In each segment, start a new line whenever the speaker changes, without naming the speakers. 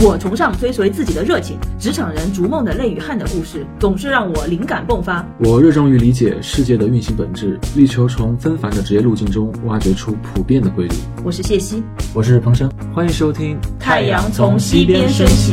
我崇尚追随自己的热情，职场人逐梦的泪与汗的故事，总是让我灵感迸发。
我热衷于理解世界的运行本质，力求从纷繁的职业路径中挖掘出普遍的规律。
我是谢希，
我是彭生，
欢迎收听《
太阳从西边升起》。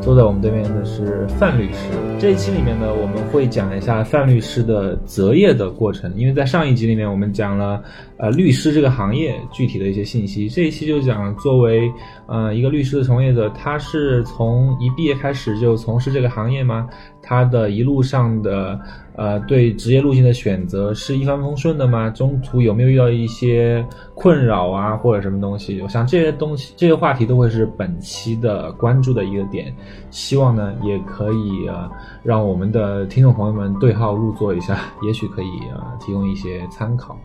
坐在我们对面的是范律师。这一期里面呢，我们会讲一下范律师的择业的过程，因为在上一集里面我们讲了，呃，律师这个行业具体的一些信息。这一期就讲作为呃一个律师的从业者，他是从一毕业开始就从事这个行业吗？他的一路上的呃对职业路径的选择是一帆风顺的吗？中途有没有遇到一些困扰啊，或者什么东西？我想这些东西，这些话题都会是本期的关注的一个点。希望呢，也可以啊、呃，让我们的听众朋友们对号入座一下，也许可以啊、呃，提供一些参考。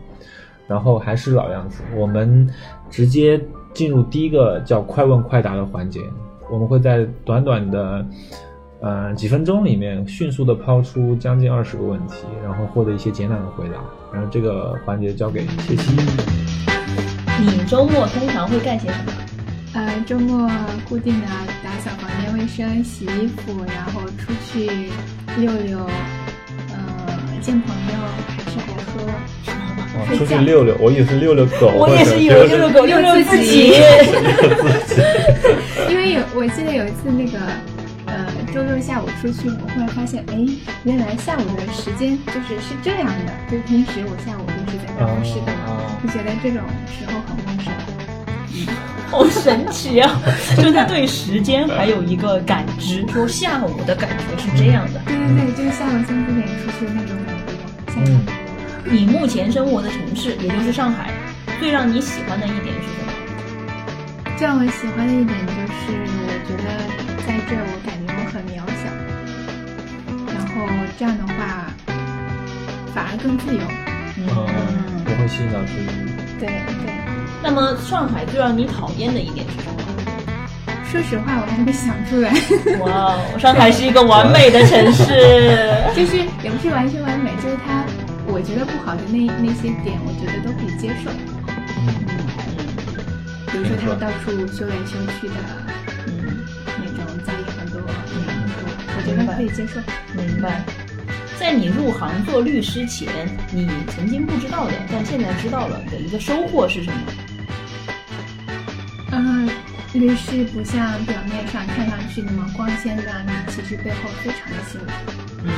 然后还是老样子，我们直接进入第一个叫“快问快答”的环节。我们会在短短的呃几分钟里面，迅速的抛出将近二十个问题，然后获得一些简短的回答。然后这个环节交给谢希。
你周末通常会干些什么？
呃，周末固定的打扫房间卫生、洗衣服，然后出去溜溜，呃，见朋友，还是还喝，
哦，出去溜溜，我以为是遛遛狗，
我也是以为遛遛狗、
遛
遛
自
自
己
己。
因为有我记得有一次那个，呃，周六下午出去，我忽然发现，哎，原来下午的时间就是是这样的，就是平时我下午就是在办公室的
啊
嘛，就觉得这种时候很陌生。
好神奇 啊！就他对时间还有一个感知，说下午的感觉是这样的。
对对对，就是下午三四点出去那种感觉。现在
嗯，
你目前生活的城市，也就是上海，最让你喜欢的一点是什么？
最让我喜欢的一点就是，我觉得在这儿我感觉我很渺小，然后这样的话反而更自由。
嗯，不会吸引到注意。
对对，
那么上海最让你讨厌的一点是什 么？
说实话我还没想出 来，
哇，哦，上海是一个完美的城 市。
就是也不是完全完美，就是它我觉得不好的那那些点，我觉得都可以接受。
嗯，
比如说它到处修来修去的
嗯，
那种家里很多那样的，我觉得可以接受。
明白。在你入行做律师前，你曾经不知道的，但现在知道了的一个收获是什么？
呃，律师不像表面上看上去那么光鲜亮丽，其实背后非常的辛苦。
嗯，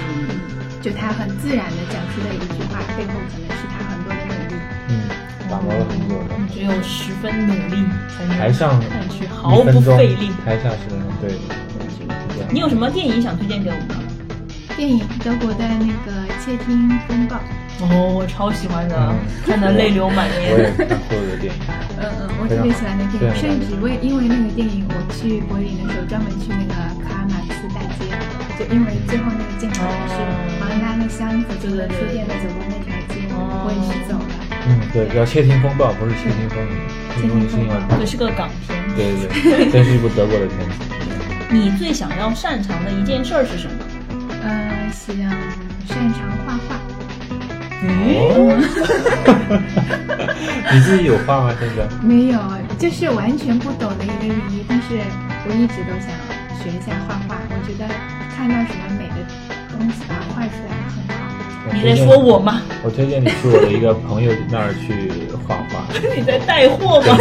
就他很自然的讲出的一句话，背后可能是他很多的努力。
嗯，打磨了很久的。
只有十分努力才能
台上
看去嗯毫不费力。
台下是对的，
你有什么电影想推荐给我们的吗？
电影德国的那个《窃听风暴》，
哦，我超喜欢的
嗯，
看得泪流满
我也
面。
看过这个电影，
嗯嗯，我特别喜欢那电影，
对
甚至为因为那个电影，我去柏林的时候专门去那个卡尔马克思大街，就因为最后那个镜头也是
哦
王拉那箱子
对
进
对
了
对
书店的走过那条街，
哦
我也是走了。
嗯，对，叫《窃听风暴》，不是《窃听风云》，《窃听风云》是另外一部
这是个港片。
对对对，这是一部德国的片子。
你最想要擅长的一件事儿是什么？
呃，想擅长画画。
哦， 你自己有画吗？现在？
没有，就是完全不懂的一个领域，但是我一直都想学一下画画。我觉得看到什么美的东西，把它画出来很好。
你在说我吗？
我推荐你去我的一个朋友那儿去画 画。
你在带货吗？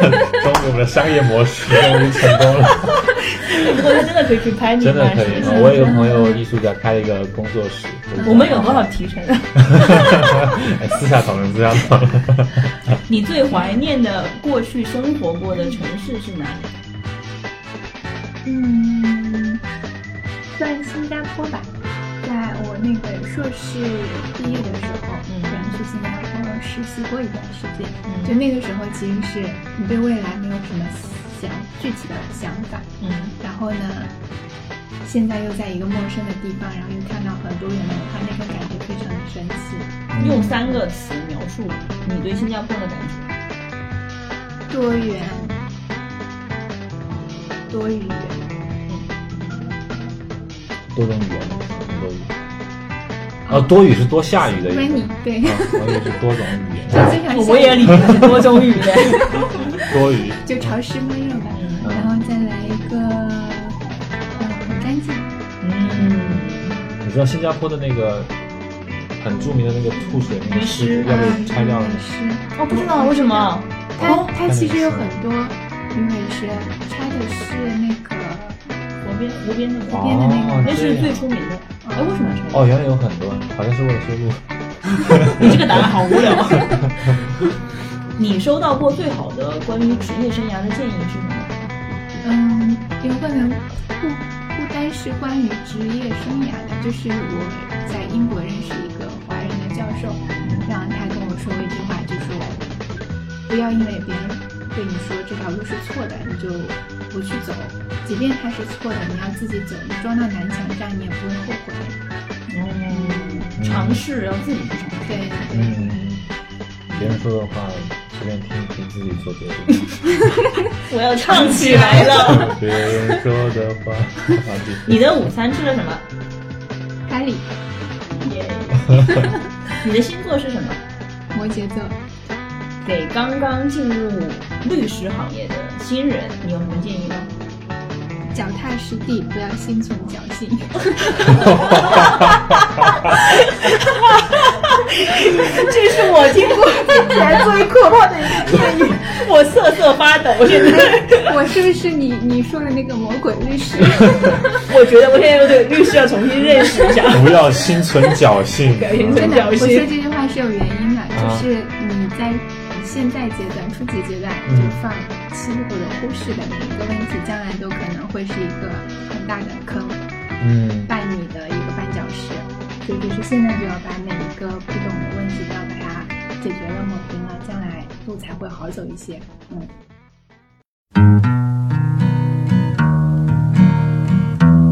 终于我们的商业模式终于成功了，
不过他真的可以去拍你
真的
吗？
可
是
以
不。
我
是？
有一个朋友艺术家开了一个工作室，就是
我们有多少提成？啊
哎私下讨论，私下讨论。
你最怀念的过去生活过的城市是哪里？
嗯，算新加坡吧。在我那个硕士毕业的时候，
嗯
然后去新加坡实习过一段时间。
嗯
就那个时候，其实是你对未来没有什么想具体的想法，
嗯
然后呢，现在又在一个陌生的地方，然后又看到很多人的话，那个感觉非常的神奇。，
用三个词描述你对新加坡的感觉。
多元，多语言，
哦
多种语言，多种语言。
嗯、
呃，多语是多下雨的意
所以
思
你。对，
啊，我也是多种语 言，
就经常
我也理解是
下
多种语 言。
多语。
就潮湿闷热吧，然后再来一个呃很干净，
嗯，
你知道新加坡的那个很著名的那个吐水那个池要
啊
被拆掉了吗？
湿。
我哦不知道为什么。
嗯它
哦，
它其实有很多鱼尾狮，拆的是那个
湖边湖边那个，
边的那个
哦
那是
这
最
样
出名的。哎，为什么要拆？
哦，原来有很多，好像是为了修路。
你这个答案好无聊。 你收到过最好的关于职业生涯的建议是什么？
嗯，有可能不不单是关于职业生涯的，就是我在英国认识一个华人的教授，然后他跟我说一句话，就是我不要因为别人对你说这条路是错的，你就不去走，即便它是错的，你要自己走，你撞到南墙，这样你也不会后悔。
嗯，尝试要自己去尝试。
对，
嗯，别人说的话随便听一听，自己做决定。
我要唱起来了。
别人说的话，啊对
你的午餐吃了什么？
咖喱
你的星座是什么？
摩羯座，
给刚刚进入律师行业的新人，你有什么建议吗？
脚踏实地，不要心存侥幸。
这是我听过听起来最可怕的一个建议， 我瑟瑟发抖。现在，
我是不是你你说的那个魔鬼律师？
我觉得我现在又对律师要重新认识一下。
不要心存侥幸。
心存
真
很侥
的，我
幸
说这句话是有原因的，
啊
就是你在现在阶段、初级阶段
嗯
就放弃或者忽视的每一个问题，将来都可能会是一个很大的坑，
嗯
绊你的一个绊脚石。所以就是现在就要把每一个不懂的问题都要把它解决了、抹平了，将来路才会好走一些。嗯，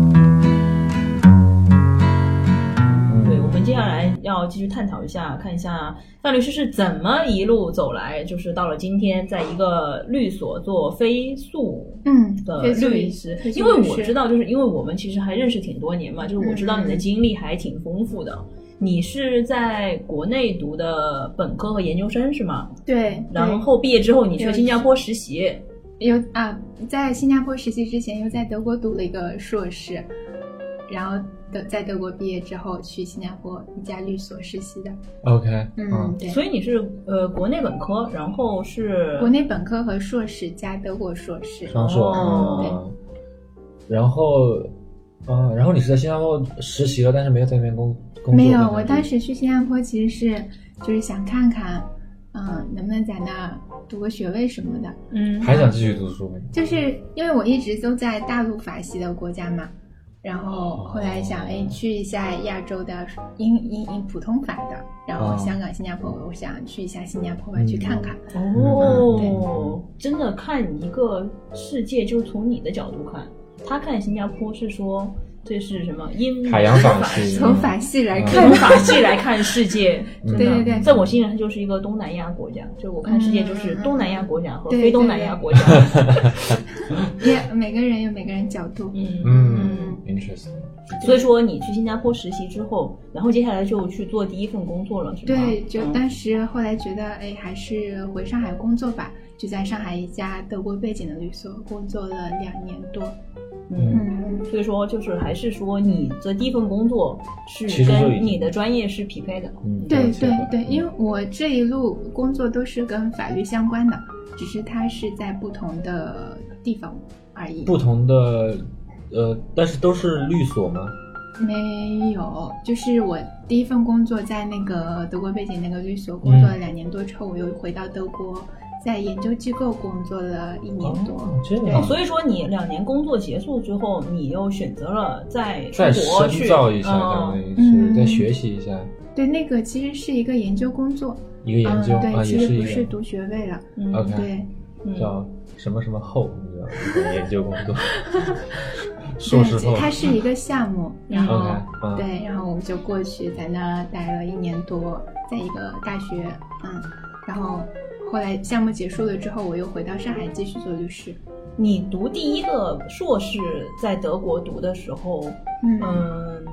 对，我
嗯，
们接下来要继续探讨一下，看一下范律师是怎么一路走来，就是到了今天，在一个律所做非诉
嗯
的
非
律
律
师
非，诉
因为
律
我
师嗯
知道，就是因为我们其实还认识挺多年嘛，就是我知道你的经历还挺丰富的。你是在国内读的本科和研究生是吗？
对，
然后毕业之后你去新加坡实习，
有啊，在新加坡实习之前，又在德国读了一个硕士，然后德在德国毕业之后去新加坡一家律所实习的。
，OK，
嗯，，对。
所以你是呃国内本科，然后是
国内本科和硕士加德国硕士，
双硕。
哦
嗯，然后，啊，然后你是在新加坡实习了，但是没有在那边工工作。
没有
对，吗
我当时去新加坡其实是就是想看看，嗯，能不能在那儿读个学位什么的，
嗯
还想继续读书。
就是因为我一直都在大陆法系的国家嘛，然后后来想，哎，去一下亚洲的英英英普通法的，然
啊
后香港、新加坡，我想去一下新加坡吧，
嗯
去看看。
哦，真的看一个世界，就是从你的角度看，他看新加坡是说这是什么英
海洋
法
法系
从法系来看
从，法 系来看世界，
嗯
对对对
在我心里它就是一个东南亚国家，就我看世界就是东南亚国家和
对
非东南亚国 家，
也每个人有每个人角度。
嗯
嗯，interesting。
所以说你去新加坡实习之后，然后接下来就去做第一份工作了，是吗？
对，就
嗯
当时后来觉得，哎，还是回上海工作吧，就在上海一家德国背景的律所工作了两年多。
嗯。
嗯，
所以说，就是还是说你的第一份工作是
其实就已
跟
经
你的专业是匹配的，
嗯，
对
这
对
样子
对，因为我这一路工作都是跟法律相关的，只是它是在不同的地方而已。
不同的，呃，但是都是律所吗？
没有，就是我第一份工作在那个德国背景那个律所工作
嗯
了两年多之后，我又回到德国，在研究机构工作了一年多。
哦这
哦，
样。
所以说你两年工作结束之后，你又选择了再出
再
国去
深造一下，相当
嗯
于
嗯
是再学习一下
对，那个其实是一个研究工作，
一个研究
嗯，对，
啊，
其
也
实
是
不是
一个
读学位了。
嗯
OK
对，
嗯，
叫什么什么后，你知道吗？一 个研究工作，硕士后
对，。它是一个项目，然
哦
后
OK，嗯，
对，然后我们就过去在那儿待了一年多，在一个大学，嗯，然后后来项目结束了之后，我又回到上海继续做律师，
你读第一个硕士在德国读的时候，
嗯，
嗯，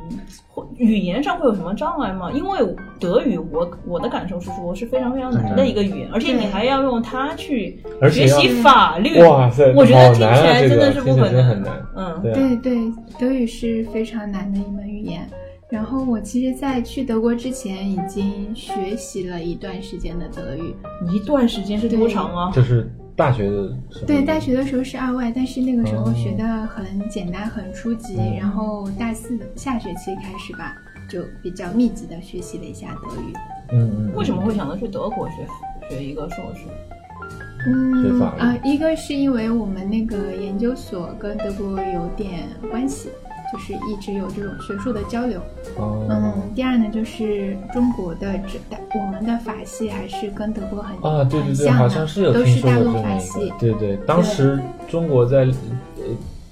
会语言上会有什么障碍吗？因为德语我，我的感受是说是非常非常难的一个语言，而且你还要用它去
嗯而且
学
要嗯
习法律。
哇塞，
我觉得
好
听起
难啊！
来
这
真
个
的是不
听起来
可
真的很
能。
难。
嗯，
对啊，
对对，德语是非常难的一门语言。然后我其实，在去德国之前，已经学习了一段时间的德语。
一段时间是多长啊？
这是大学的时候
对，大学的时候是二外，但是那个时候
哦
学的很简单，很初级。然后大四下学期开始吧，就比较密集的学习了一下德语。
嗯嗯，
为什么会想到去德国学学一个硕士？
学
嗯
法语
啊，一个是因为我们那个研究所跟德国有点关系，就是一直有这种学术的交流。
哦
嗯，第二呢，就是中国的这我们的法系还是跟德国很
啊，对对
很
对，
像
好
的
像是有
都
听
是
说
大
过这
陆
么
法
一
系
个。。对对，当时中国在呃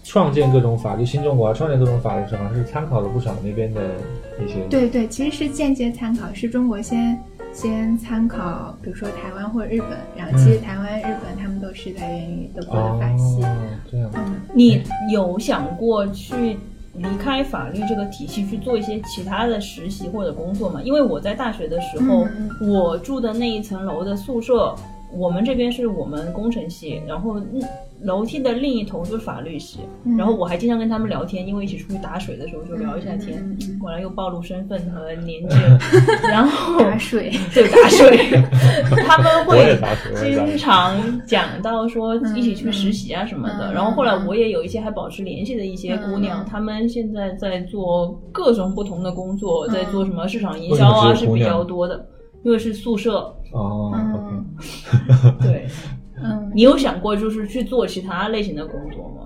创建各种法律，新中国啊创建各种法律时，好像是参考了不少那边的一些。
对对，其实是间接参考，是中国先先参考，比如说台湾或日本，然后其实
嗯
台湾、日本他们都是来源于德国的
哦
法系。，
这样。
嗯，
你有想过去离开法律这个体系去做一些其他的实习或者工作吗？因为我在大学的时候，
嗯
我住的那一层楼的宿舍，我们这边是我们工程系，然后嗯楼梯的另一头是法律系，
嗯
然后我还经常跟他们聊天，因为一起出去打水的时候就聊一下天
嗯嗯嗯，
果然又暴露身份和年纪， 然后
打水。
对打水， 他们
我也
会
打水我也打水
经常讲到说一起去实习啊什么
嗯
的。
嗯
然后后来我也有一些还保持联系的一些姑娘，
嗯
她们现在在做各种不同的工作，
嗯
在做什么市场营销啊
为什
是
么只有姑
比
娘
较多的，因为是宿舍。
哦，OK，
嗯
对，
嗯
你有想过就是去做其他类型的工作吗？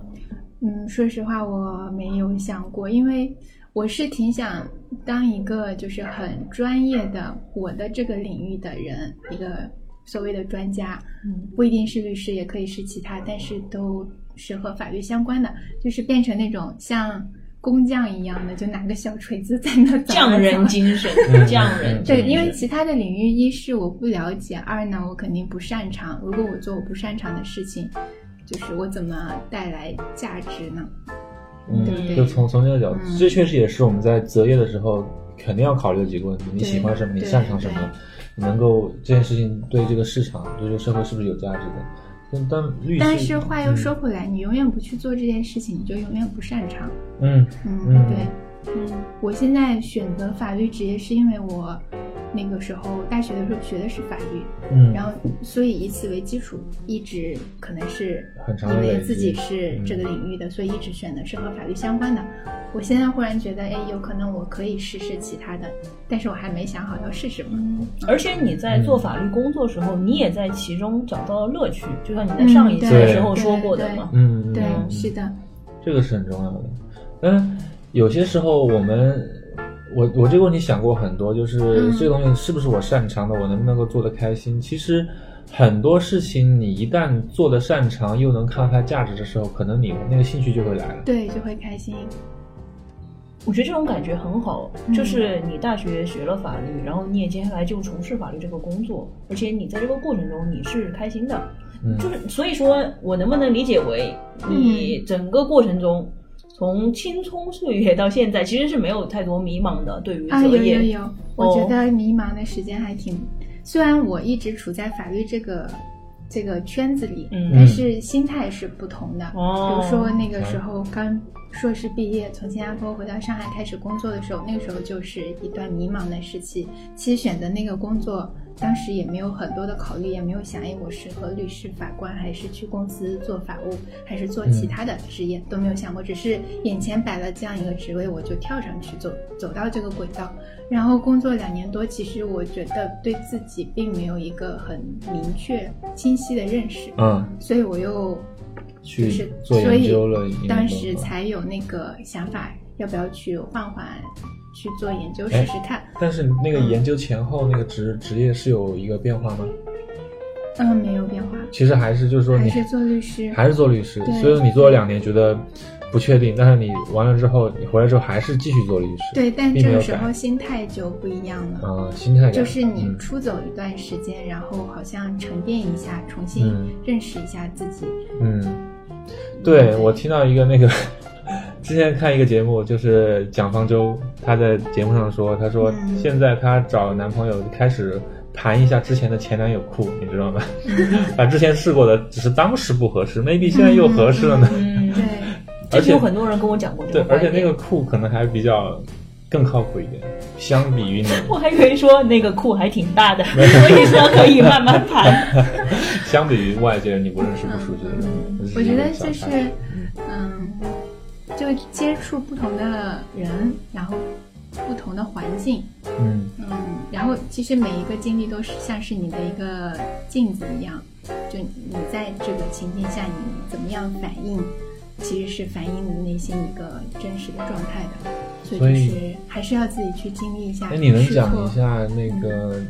嗯，说实话我没有想过，因为我是挺想当一个就是很专业的我的这个领域的人，一个所谓的专家。
嗯，
不一定是律师，也可以是其他，但是都是和法律相关的，就是变成那种像工匠一样的，就拿个小锤子在那凿啊
匠人
凿啊
精神
嗯，
匠人精
对，
神。
因为其他的领域，一是我不了解，二呢我肯定不擅长。如果我做我不擅长的事情，就是我怎么带来价值呢？对不
嗯，
对？
就从从这个角度
嗯，
这确实也是我们在择业的时候肯定要考虑的几个问题：你
对
喜欢什么？你
对
擅长什
对
么？你能够这件事情对这个市场、对这个社会是不是有价值的？但但律师，
但是话又
嗯
说回来，你永远不去做这件事情，你就永远不擅长。
嗯
嗯，
嗯
对，嗯，我现在选择法律职业是因为我那个时候大学的时候学的是法律，
嗯，
然后所以以此为基础，一直可能是
很长的
因为
累积嗯
自己是这个领域的，所以一直选的是和法律相关的。我现在忽然觉得，哎，有可能我可以试试其他的，但是我还没想好要试什
嗯
么。
而且你在做法律工作时候，你也在其中找到了乐趣，就像你
嗯
在上一次的时候说过的嘛。
嗯，
对，
嗯
是的，
这个是很重要的。但有些时候我们，我我这个问题想过很多，就是
嗯
这个东西是不是我擅长的，我能不能够做得开心？其实很多事情你一旦做得擅长，又能看到它价值的时候，可能你那个兴趣就会来了。
对，就会开心。
我觉得这种感觉很好，
嗯
就是你大学学了法律，然后你也接下来就从事法律这个工作，而且你在这个过程中你是开心的，
嗯，
就是所以说我能不能理解为
嗯
你整个过程中，从青葱岁月到现在，其实是没有太多迷茫的，对于
啊，
择
有有
业，
有，我觉得迷茫的时间还挺，虽然我一直处在法律这个这个圈子里，
嗯
但是心态是不同的。比
哦
如说那个时候刚硕士毕业，从新加坡回到上海开始工作的时候，那个时候就是一段迷茫的时期。其实选择那个工作，当时也没有很多的考虑，也没有想，哎，我适合律师、法官，还是去公司做法务，还是做其他的职业，都没有想过，只是眼前摆了这样一个职位，我就跳上去走，走到这个轨道。然后工作两年多，其实我觉得对自己并没有一个很明确、清晰的认识。
嗯，
所以我又就
去
是
做
所
研
以
究了一年多吧，
当时才有那个想法，要不要去换换去做研究
哎
试试看？
但是那个研究前后那个职职业是有一个变化吗？
嗯，没有变化，
其实还是就是说
还
你
是做律师。
还是做律师，
对
所以你做了两年觉得不确定，但是你完了之后，你回来之后还是继续做律师，
对，但
并
这
没有
个时
改
候心态就不一样了。
啊、心态改
就是你
嗯
出走一段时间，然后好像沉淀一下，重新
嗯
认识一下自己。
嗯，对我听到一个那个。之前看一个节目，就是蒋方舟，她在节目上说，她说
嗯
现在她找男朋友开始盘一下之前的前男友裤，你知道吗？ 把之前试过的，只是当时不合适，maybe 现在又合适了呢。
嗯，
对，
这
而
是
且
有很多人跟我讲过这
对
个，观
而且
点。
那
嗯
个裤可能还比较更靠谱一点，相比于你，
我还以为说那个裤还挺大的，所以说可以慢慢盘。
相比于外界你不认识不熟悉的人，
嗯我觉得
这
就
一个
是
小差异，
嗯，就接触不同的人，然后不同的环境，
嗯
嗯，然后其实每一个经历都是像是你的一个镜子一样，就你在这个情境下你怎么样反应，其实是反映你内心一个真实的状态的，所以
所
就
以
是还是要自己去经历一下。
哎，你能
试
讲
错
一下那
嗯
个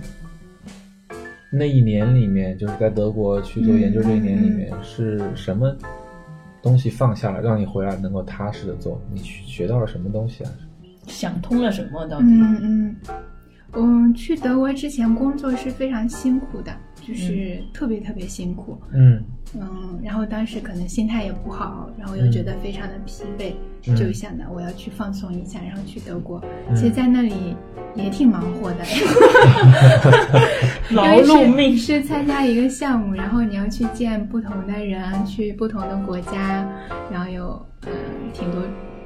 那一年里面，就是在德国去做研究这一年
嗯
里面，是什么东西放下了，让你回来能够踏实的做？你学学到了什么东西啊？
想通了什么到底？
嗯嗯，我去德国之前工作是非常辛苦的，就是特别特别辛苦。
嗯
嗯，然后当时可能心态也不好，然后
嗯
又觉得非常的疲惫，
嗯
就想着我要去放松一下，然后去德国。
嗯
其实，在那里也挺忙活 的，
劳碌命
因为是是参加一个项目，然后你要去见不同的人，去不同的国家，然后有嗯挺多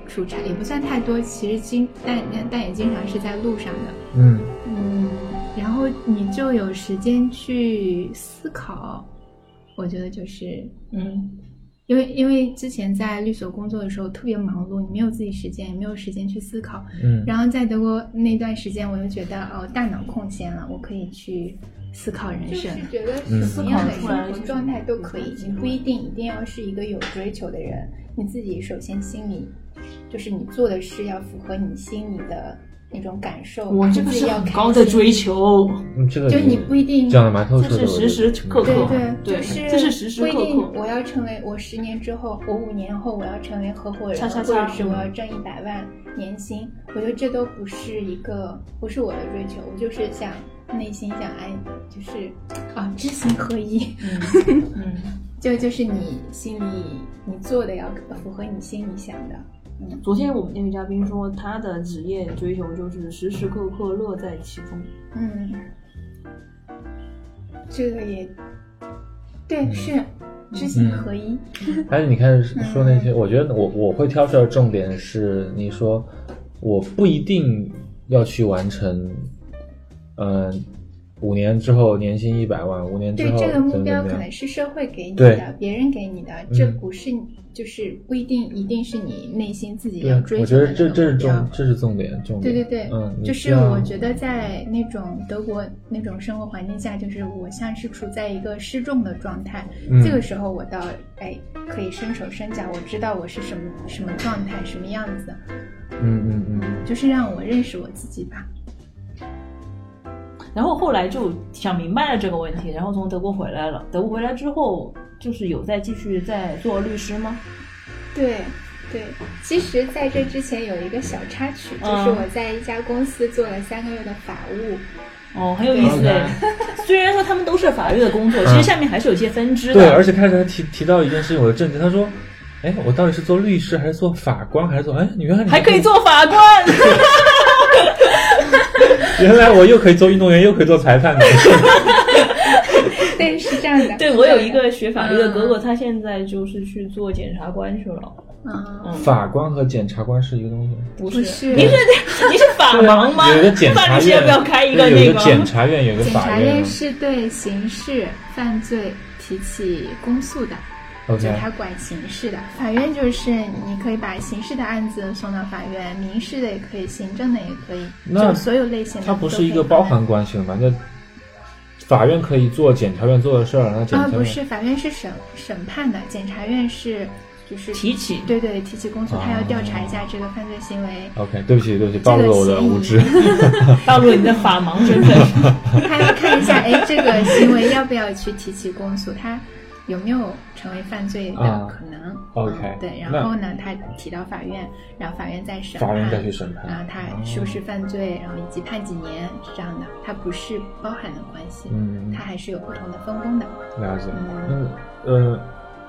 出差，也不算太多，其实经但但也经常是在路上的。
嗯
嗯，然后你就有时间去思考。我觉得就是
嗯，
因为因为之前在律所工作的时候特别忙碌，你没有自己时间，也没有时间去思考。
嗯
然后在德国那段时间，我又觉得哦，大脑空闲了，我可以去思考人
就是
生。
觉得
嗯
什么样的生活状态都可以，你不一定一定要是一个有追求的人，你自己首先心里就是你做的事要符合你心里的那种感受，
我这
你自
个
己
是
要
很
开
高的
心
追求，
嗯，这个
就你不一定
讲的蛮透彻
这是
的，我觉得嗯
时时刻刻
对
对
就是
这是时时刻刻
不一定我要成为我十年之后，我五年后我要成为合伙人，
叉叉
或
叉嗯
者是我要挣一百万年薪，我觉得这都不是一个不是我的追求，我就是想内心想爱，就是啊知行合一，
嗯，
就就是你心里你做的要符合你心里想的，嗯，
昨天我们那个嘉宾说，他的职业追求就是时时刻刻乐在其中。
嗯，这个也对
嗯
是知行合一，
但是你开始说那些，
嗯
我觉得我我会挑出来的重点是，你说我不一定要去完成，嗯、五年之后年薪一百万，五年之
对
后
这个目标
怎么怎
可
么
能
样
是社会给你
对嗯
的，别人给你的，这不是你就是不一定一定是你内心自己要
对，
追
我
求
觉
的
得
那
这
个
这是
目
重
标。
这是重点重
对
点。
对对，
嗯，你
就是
这样
我觉得在那种德国那种生活环境下，就是我像是处在一个失重的状态，
嗯
这个时候我倒哎可以伸手伸脚，我知道我是什么什么状态什么样子，
嗯嗯嗯嗯，
就是让我认识我自己吧。
然后后来就想明白了这个问题，然后从德国回来了。德国回来之后，就是有再继续在做律师吗？
对对，其实在这之前有一个小插曲，就
嗯
是我在一家公司做了三个月的法务，
哦，很有意思哎。虽然说他们都是法律的工作，其实下面还是有一些分支的。
嗯对，而且开始还提提到一件事情，我的震惊，他说。哎，我到底是做律师还是做法官，还是做……哎，你原来你
还可以，做法官，
原来我又可以做运动员，又可以做裁判的。
对，是这样的。
对我有一个学法律的哥哥，他现在就是去做检察官去了。
嗯，
法官和检察官是一个东西吗？
不
不
是，
是
你是 你是法盲吗？
啊有一个检察
范律师
院，
要不要开一个
有
那
一个检察院，有一个
检
法
察院
院。啊
是对刑事犯罪提起公诉的，
OK，
就他管刑事的。法院就是你可以把刑事的案子送到法院，民事的也可以，行政的也可以，
那
就所有类型的
它
都
不
可
是
以啊
一个
放
包
在
含关系的嘛？那法院可以做检察院做的事儿，那检
啊，
察
不
院
是，法院是审审判的，检察院是就是
提起
对对提起公诉，他要调查一下
哦
这个犯罪行为，
OK，对不起，对不起，暴露了我的无知。
暴露你的法盲身份。
他要看一下，
啊
哎，这个行为要不要去提起公诉，他有没有成为犯罪
啊
的可能。嗯
OK，
对，然
那
后呢，他提到法院，然后法院再审判，
法院再去审判
然后他是不是犯罪，然后以及判几年是这样的，它不是包含的关系，
嗯
它还是有不同的分工的。
了解。
嗯
嗯呃，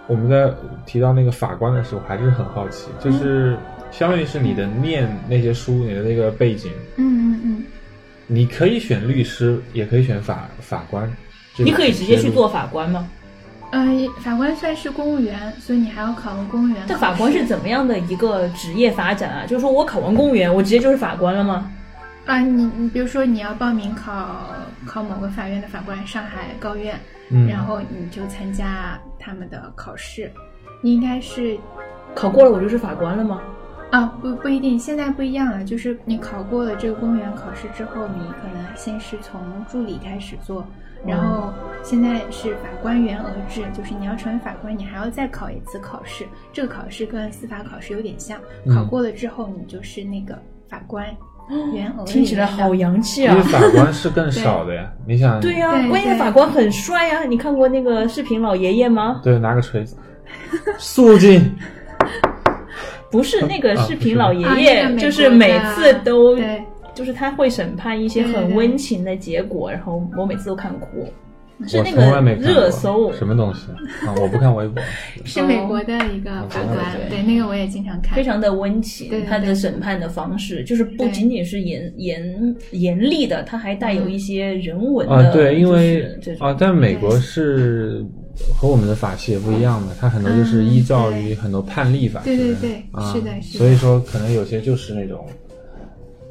我们在提到那个法官的时候，还是很好奇，
嗯
就是相当于是你的念那些书，你的那个背景，
嗯嗯嗯，
你可以选律师，也可以选法法官。这
你可以直接去做
这
法官吗？
呃，法官算是公务员，所以你还要考公务员。
这法官是怎么样的一个职业发展啊？就是说我考完公务员，我直接就是法官了吗？
啊，你你比如说你要报名考考某个法院的法官，上海高院，
嗯
然后你就参加他们的考试，你应该是
考过了我就是法官了吗？
啊，不不一定，现在不一样了，就是你考过了这个公务员考试之后，你可能先是从助理开始做，然后
哦
现在是法官员额制，就是你要成为法官，你还要再考一次考试，这个考试跟司法考试有点像，
嗯
考过了之后你就是那个法官员额里面的，
哦听起来好洋气
个因
啊
为！法官是 更少的呀。你想，
对呀、
对
关键
对
法官很帅呀、你看过那个视频老爷爷吗？
对，拿个锤子，肃静。
不是那个
啊
视
不是
频老爷
啊
爷，
那个美
就是
国的啊
每次都，
对，
就是他会审判一些
对对
很
对
温情的结果，然后我每次都看哭。是
我
那
从来
个
没看过
热搜，
什么东西啊？我不看微博。
是美国的一个法官，
哦
对那个我也经常看，
嗯非常的温情
对，对
他的
对
审判的方式就是不仅仅是严严严厉的，他还带有一些人文的，
啊，对，因为
就是这种
啊，但美国是和我们的法系也不一样的，它很多就是依照于很多判例法
对
之类
对对
啊、
是的是的
所以说可能有些就是那种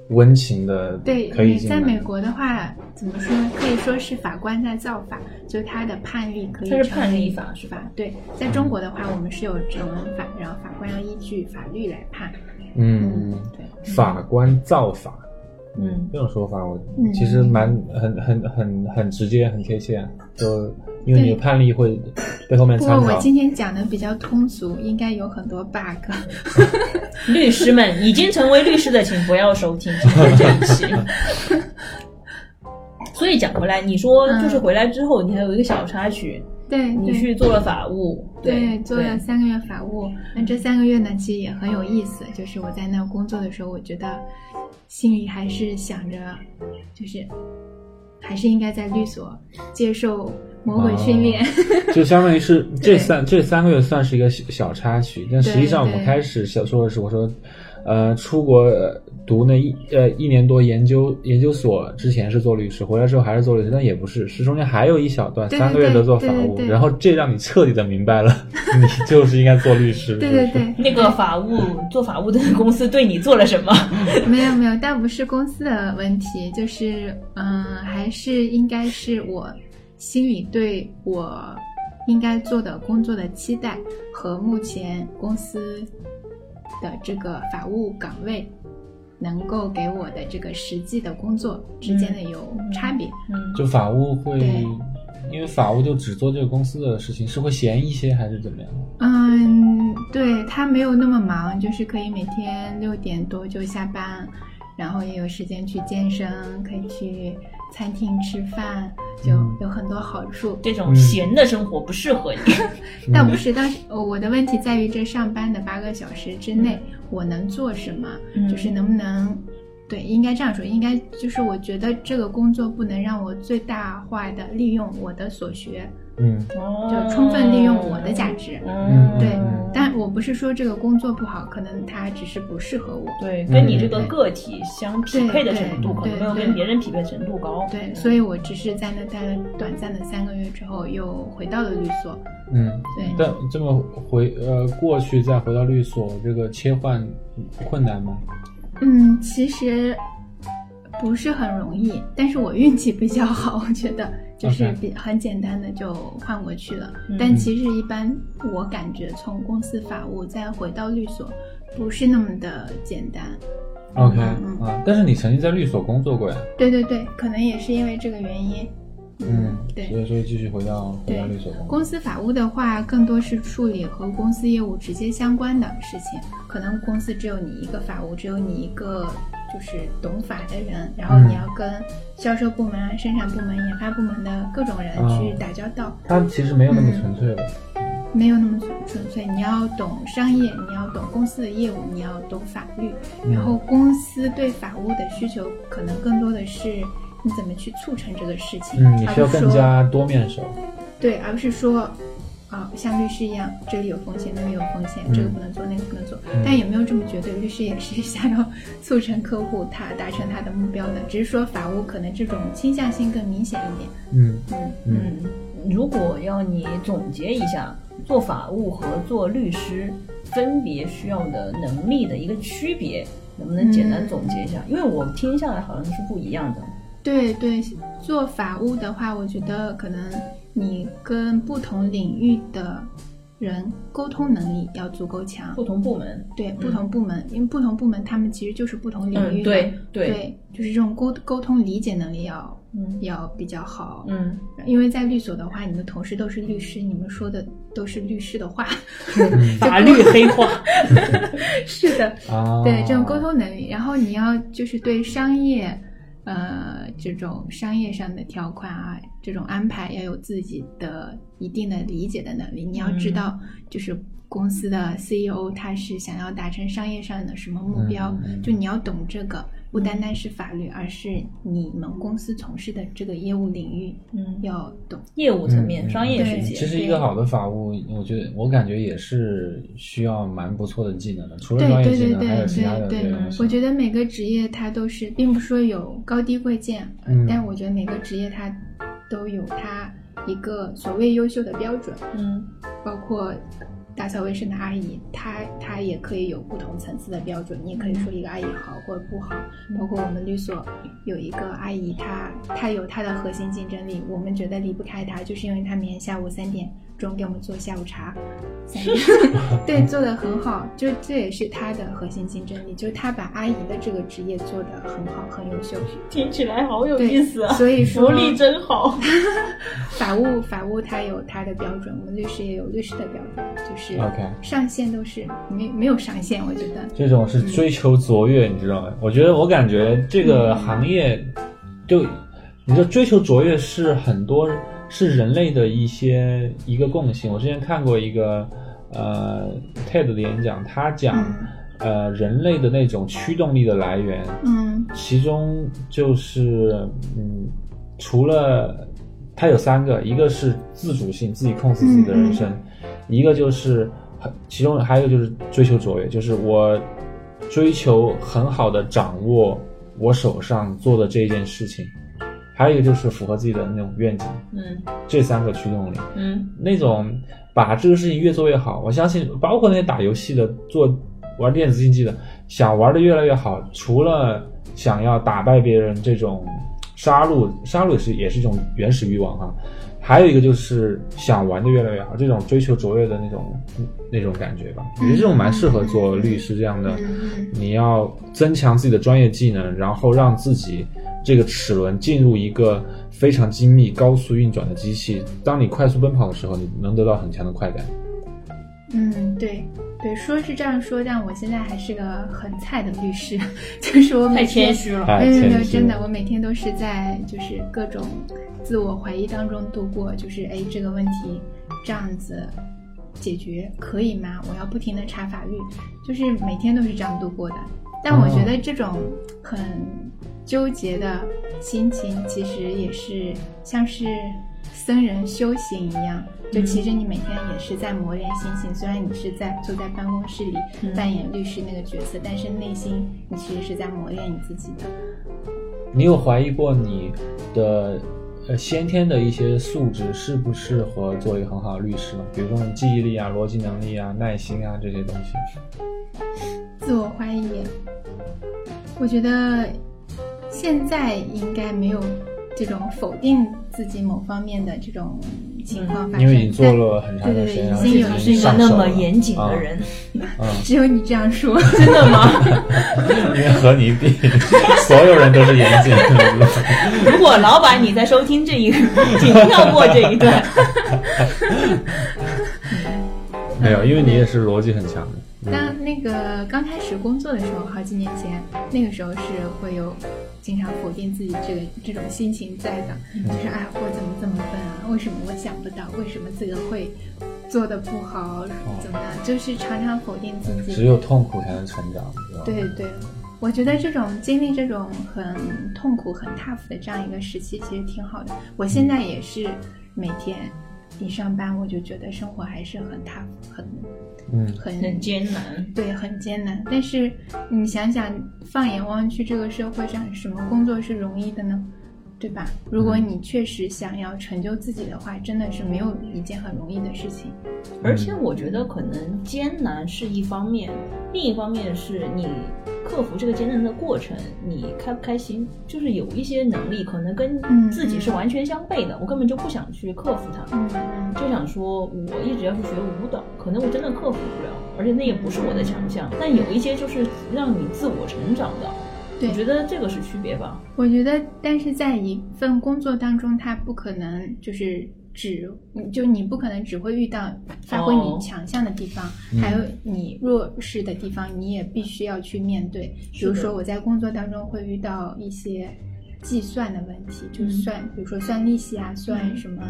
温情的，
对，
可以
你
进
在
来
美国的话，怎么说？可以说是法官在造法，就是他的判例可以
它是
成为
判例法是吧？
对，在中国的话，我们是有成文法，然后法官要依据法律来判。
嗯，法官造法
嗯，
这种说法，我
嗯
其实蛮很很很很直接，很贴切，啊就因为你的
对
判例会被后面
不过
参
我
考。
今天讲的比较通俗，应该有很多 bug。
律师们已经成为律师的，请不要收听 今天这一期。所以讲回来，你说就是回来之后，你还有一个小插曲，
对，
你
嗯对
去做了法务，
对，做
对
了，三个月法务。那这三个月呢，其实也很有意思。就是我在那儿工作的时候，我觉得心里还是想着，就是还是应该在律所接受魔鬼训练。
就相当于是这
对
三这三个月算是一个小小插曲，但实际上我们
对
开始想说的是，我说，呃，出国呃读那一呃一年多研究研究所之前是做律师，回来之后还是做律师，但也不是，是中间还有一小段
对对
三个月的做法
对对
务，
对
然后这让你彻底的明白了， 你就是应该做律师。
对
是不
对
是，
对，
那个法务做法务的公司对你做了什么？
没有没有，但不是公司的问题，就是嗯，还是应该是我心里对我应该做的工作的期待和目前公司的这个法务岗位能够给我的这个实际的工作之间的有差别。
嗯，
就法务会
对，
因为法务就只做这个公司的事情，是会闲一些还是怎么样？
嗯，对他没有那么忙，就是可以每天六点多就下班，然后也有时间去健身，可以去餐厅吃饭，就
嗯
有很多好处。
这种闲的生活不适合你。
但不是，但是呃我的问题在于这上班的八个小时之内，我能做什么？
嗯
就是能不能，对，应该这样说，应该就是我觉得这个工作不能让我最大化的利用我的所学，
嗯
哦
就充分利用我的价值。
嗯，
对
嗯
但我不是说这个工作不好，可能它只是不适合我。
对，
嗯
跟你这个个体相匹配的程度，
对
可能没有
对
跟别人匹配程度高。嗯
对，所以我只是在那待了短暂的三个月之后，又回到了律所。
嗯。
对，
但这么回呃过去再回到律所，这个切换困难吗？
嗯，其实不是很容易，但是我运气比较好，我觉得就是比很简单的就换过去了。
嗯
但其实一般我感觉从公司法务再回到律所，不是那么的简单。
OK
嗯
啊，但是你曾经在律所工作过呀，
对对对，可能也是因为这个原因。嗯
嗯
对
嗯所以说继续回到回到律所工作。
公司法务的话，更多是处理和公司业务直接相关的事情。可能公司只有你一个法务，只有你一个就是懂法的人，然后
嗯
你要跟销售部门啊、生产部门、研发部门的各种人
哦
去打交道，
它其实没有那么
嗯
纯粹了，
没有那么纯纯粹。你要懂商业，你要懂公司的业务，你要懂法律，
嗯
然后公司对法务的需求可能更多的是你怎么去促成这个事情，
嗯，你
而
需要
不是
更
说
加多面手。
对，而不是说，啊、像律师一样，这里有风险，那里有风险，
嗯
这个不能做，那个不能做
嗯，
但也没有这么绝对。律师也是想要促成客户他达成他的目标的，只是说法务可能这种倾向性更明显一点。
嗯
嗯，
嗯
嗯，如果要你总结一下做法务和做律师分别需要的能力的一个区别，能不能简单总结一
嗯
下？因为我听下来好像是不一样的。
对对，做法务的话，我觉得可能你跟不同领域的人沟通能力要足够强。
不同部门，
对不同部门，因为不同部门他们其实就是不同领域
嗯
嘛、
对
嗯对，就是这种沟沟通理解能力要
嗯
要比较好。
嗯，
因为在律所的话，你的同事都是律师，
嗯
你们说的都是律师 的话。
法律黑化，
是的，
啊，
对这种沟通能力，然后你要就是对商业，呃，这种商业上的条款啊，这种安排要有自己的一定的理解的能力。你要知道，
嗯
就是公司的 CEO 他是想要达成商业上的什么目标，
嗯
就你要懂这个，不单单是法律，而是你们公司从事的这个业务领域
嗯，
要懂。
业务层面、
嗯
商业世
其
界，
实一个好的法务，我觉得我感觉也是需要蛮不错的技能的，除了
对
专业
对
技
对
能，啊还有其他
对
的这
对
些
对
东，西。
我觉得每个职业它都是，并不说有高低贵贱，呃
嗯
但我觉得每个职业它都有它一个所谓优秀的标准，
嗯
包括打扫卫生的阿姨，她她也可以有不同层次的标准，你也可以说一个阿姨好或者不好，
嗯
包括我们律所有一个阿姨，她她有她的核心竞争力，我们觉得离不开她，就是因为她每天下午三点钟给我们做下午茶，三点对做的很好，就这也是她的核心竞争力，就是她把阿姨的这个职业做得很好，很优秀。
听起来好 有
对
意思啊！
所以
福
说
利真好。
法务法务它有它的标准，我们律师也有律师的标准，就是
OK
上限都是没没有上限，我觉得。
这种
嗯
是追求卓越，你知道吗？我觉得我感觉这
嗯
个行业就，你说追求卓越是很多是人类的一些一个共性。我之前看过一个呃 TED 的演讲，他讲、呃人类的那种驱动力的来源，
嗯
其中就是嗯，除了它有三个，一个是自主性，自己控制自己的人生；一个就是其中还有就是追求卓越，就是我追求很好的掌握我手上做的这件事情；还有一个就是符合自己的那种愿景。
嗯
这三个驱动力，
嗯
那种把这个事情越做越好，我相信，包括那些打游戏的、做玩电子竞技的，想玩的越来越好，除了想要打败别人这种杀戮，杀戮是也是一种原始欲望哈。还有一个就是想玩的越来越好，这种追求卓越的那种那种感觉吧。我觉得这种蛮适合做律师这样的，
嗯
你要增强自己的专业技能，然后让自己这个齿轮进入一个非常精密、高速运转的机器。当你快速奔跑的时候，你能得到很强的快感。
嗯，对对，说是这样说，但我现在还是个很菜的律师， 就是我每
太谦
天
虚了。
哎，
没有没有没
谦
有，
虚
嗯真的，我每天都是在就是各种自我怀疑当中度过，就是哎这个问题这样子解决可以吗？我要不停的查法律，就是每天都是这样度过的。但我觉得这种很纠结的心情，其实也是像是僧人修行一样，就其实你每天也是在磨练心性。虽然你是在坐在办公室里
嗯
扮演律师那个角色，但是内心你其实是在磨练你自己的。
你有怀疑过你的呃先天的一些素质是不适合做一个很好的律师吗？比如说你记忆力啊、逻辑能力啊、耐心啊这些东西。
自我怀疑，我觉得现在应该没有这种否定自己某方面的这种情况发生，
嗯因为已经做了很长一段时间，
对
然后
已经有
已经
是一个
上
那
手
么
了
严谨的，人，
啊
但只有你这样说， 真的
嗯因为和你 比，所有人都是严谨的。
如果老板你在收听这一个， 请跳过这一 段。
没有，因为你也是逻辑很强的。嗯
当那个刚开始工作的时候，好几年前，那个时候是会有经常否定自己这个这种心情在的，
嗯
就是哎，我怎么这么笨啊？为什么我想不到？为什么这个会做的不好？怎么样？就是常常否定自己。
哦只有痛苦才能成长，对吧？
对对，我觉得这种经历这种很痛苦、很 tough 的这样一个时期，其实挺好的。我现在也是每天一上班我就觉得生活还是很 tough，很
嗯，
很
很艰难。
对，很艰难。但是你想想，放眼望去，这个社会上什么工作是容易的呢？对吧？如果你确实想要成就自己的话，真的是没有一件很容易的事情。
而且我觉得可能艰难是一方面，另一方面是你克服这个艰难的过程，你开不开心，就是有一些能力可能跟
嗯
自己是完全相悖的，我根本就不想去克服它，
嗯，
就想说我一直要去学舞蹈，可能我真的克服不了，而且那也不是我的强项。但有一些就是让你自我成长的，
对
我觉得这个是区别吧。
我觉得，但是在一份工作当中，它不可能就是只，就你不可能只会遇到发挥
哦
你强项的地方，
嗯
还有你弱势的地方，你也必须要去面对。比
是的
如说，我在工作当中会遇到一些计算的问题，就
嗯
算，比如说算利息啊，算什么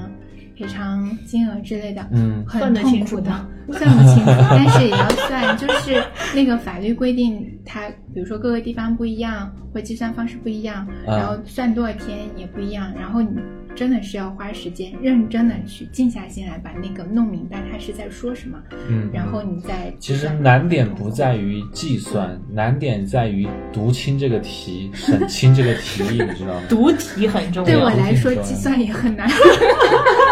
赔偿金额之类的，
嗯
很
算得
痛
清
苦
楚
的
吗，
算不清楚， 但是也要算，就是那个法律规定，它比如说各个地方不一样，或计算方式不一样，
啊
然后算多少天也不一样，然后你真的是要花时间认真的去静下心来把那个弄明白他是在说什么，
嗯，
然后你再
其实
算
难点不在于计算，难点在于读清这个题，审清这个题意，你知道吗？
读题很重
对
要
我，来说
我听说
计算也很难，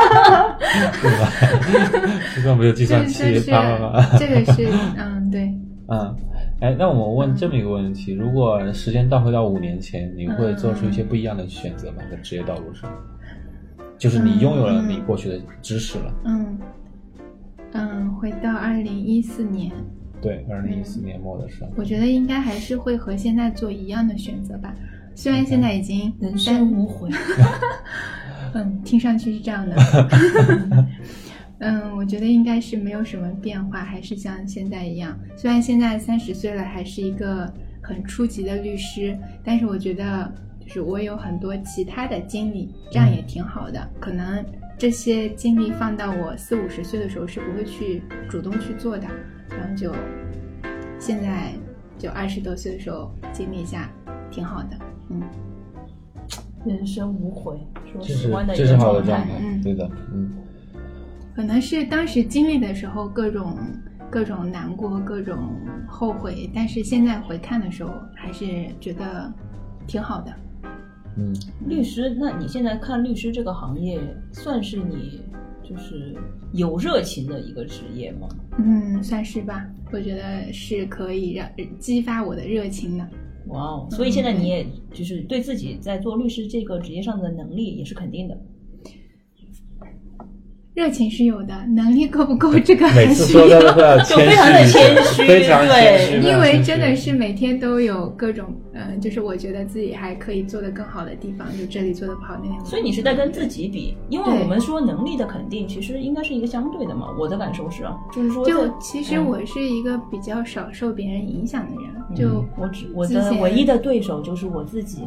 对吧？计算不就计
这
算
个 就
器
是
啪啪啪？
这个是嗯对，
嗯，哎，那我问这么一个问题：如果时间倒回到五年前，你会做出一
嗯
些不一样的选择吗？在职业道路上，就是你拥有了你过去的知识了。
嗯嗯，回到二零一四年，
对，二零一四年末的事儿。
嗯我觉得应该还是会和现在做一样的选择吧。虽然现在已经
人生无悔。
嗯，听上去是这样的。嗯，我觉得应该是没有什么变化，还是像现在一样。虽然现在三十岁了，还是一个很初级的律师，但是我觉得就是我有很多其他的经历，这样也挺好的。可能这些经历放到我四五十岁的时候是不会去主动去做的，然后就现在就二十多岁的时候经历一下，挺好的。嗯
人生无悔，说喜
这是
欢的一
这
个
是好的
状
状
态。
态，
嗯
对的，嗯
可能是当时经历的时候各种各种难过、各种后悔，但是现在回看的时候，还是觉得挺好的。
嗯，
律师，那你现在看律师这个行业，算是你就是有热情的一个职业吗？
嗯，算是吧，我觉得是可以让激发我的热情的。
哇哦！所以现在你也就是对自己在做律师这个职业上的能力也是肯定的。
热情是有的，能力够不够这个
每
还
次
是
说
有
的 都要谦虚一
就非常地谦虚
点非常谦虚，非
因
常
为
谦
真的
虚
是每天都有各种，呃，就是我觉得自己还可以做得更好的地方，就这里做得不好，那里
所以你是在跟自己比，因为
对
我们说能力的肯定，其实应该是一个相对的嘛。我的感受是啊，就是说在，
就其实我是一个比较少受别人影响的人，
嗯
就
我只我
之
的
前
唯一的对手就是我自己，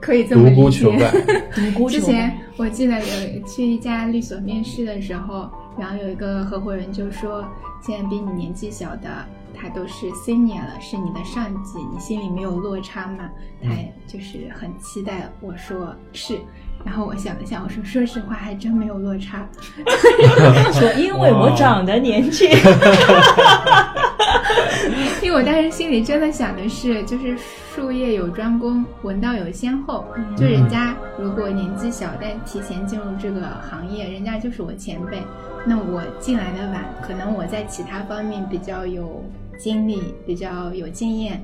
可以这
独
么理
孤
解
求 败，
独孤
之
求
前
败。
我记得有去一家律所面试的时候，然后有一个合伙人就说，现在比你年纪小的他都是 senior 了，是你的上级，你心里没有落差吗？
嗯
他也就是很期待我说是。然后我想了想，我说说实话，还真没有落差。
说因为我长得年轻，
因为我当时心里真的想的是，就是术业有专攻，文道有先后。就人家如果年纪小，但提前进入这个行业，人家就是我前辈。那我进来的晚，可能我在其他方面比较有经历，比较有经验。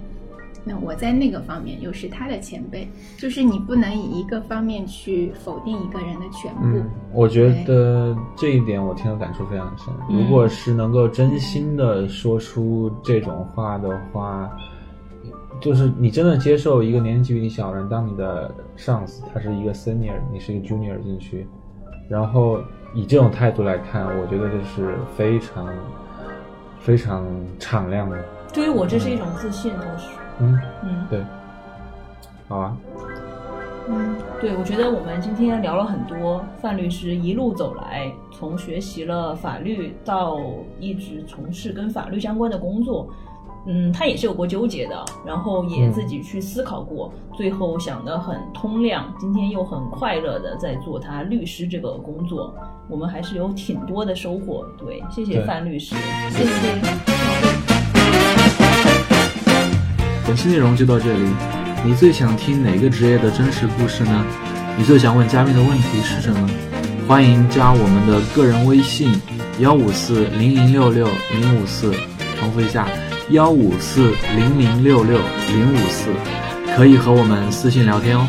那我在那个方面又是他的前辈，就是你不能以一个方面去否定一个人的全部。
嗯，我觉得这一点我听了感触非常深。
嗯
如果是能够真心的说出这种话的话，就是你真的接受一个年纪比你小的人当你的上司，他是一个 senior，你是一个 junior 进去，然后以这种态度来看，我觉得这是非常非常敞亮的。
对于我这是一种自信，我是
嗯，
嗯。
对，好啊，
嗯
对，我觉得我们今天聊了很多范律师一路走来，从学习了法律到一直从事跟法律相关的工作，嗯，他也是有过纠结的，然后也
嗯
自己去思考过，最后想得很通亮，今天又很快乐的在做他律师这个工作，我们还是有挺多的收获。对，谢谢
对
范律师。
谢谢。
本期内容就到这里。你最想听哪个职业的真实故事呢？你最想问嘉宾的问题是什么？欢迎加我们的个人微信：幺五四零零六六零五四，重复一下：幺五四零零六六零五四，可以和我们私信聊天哦。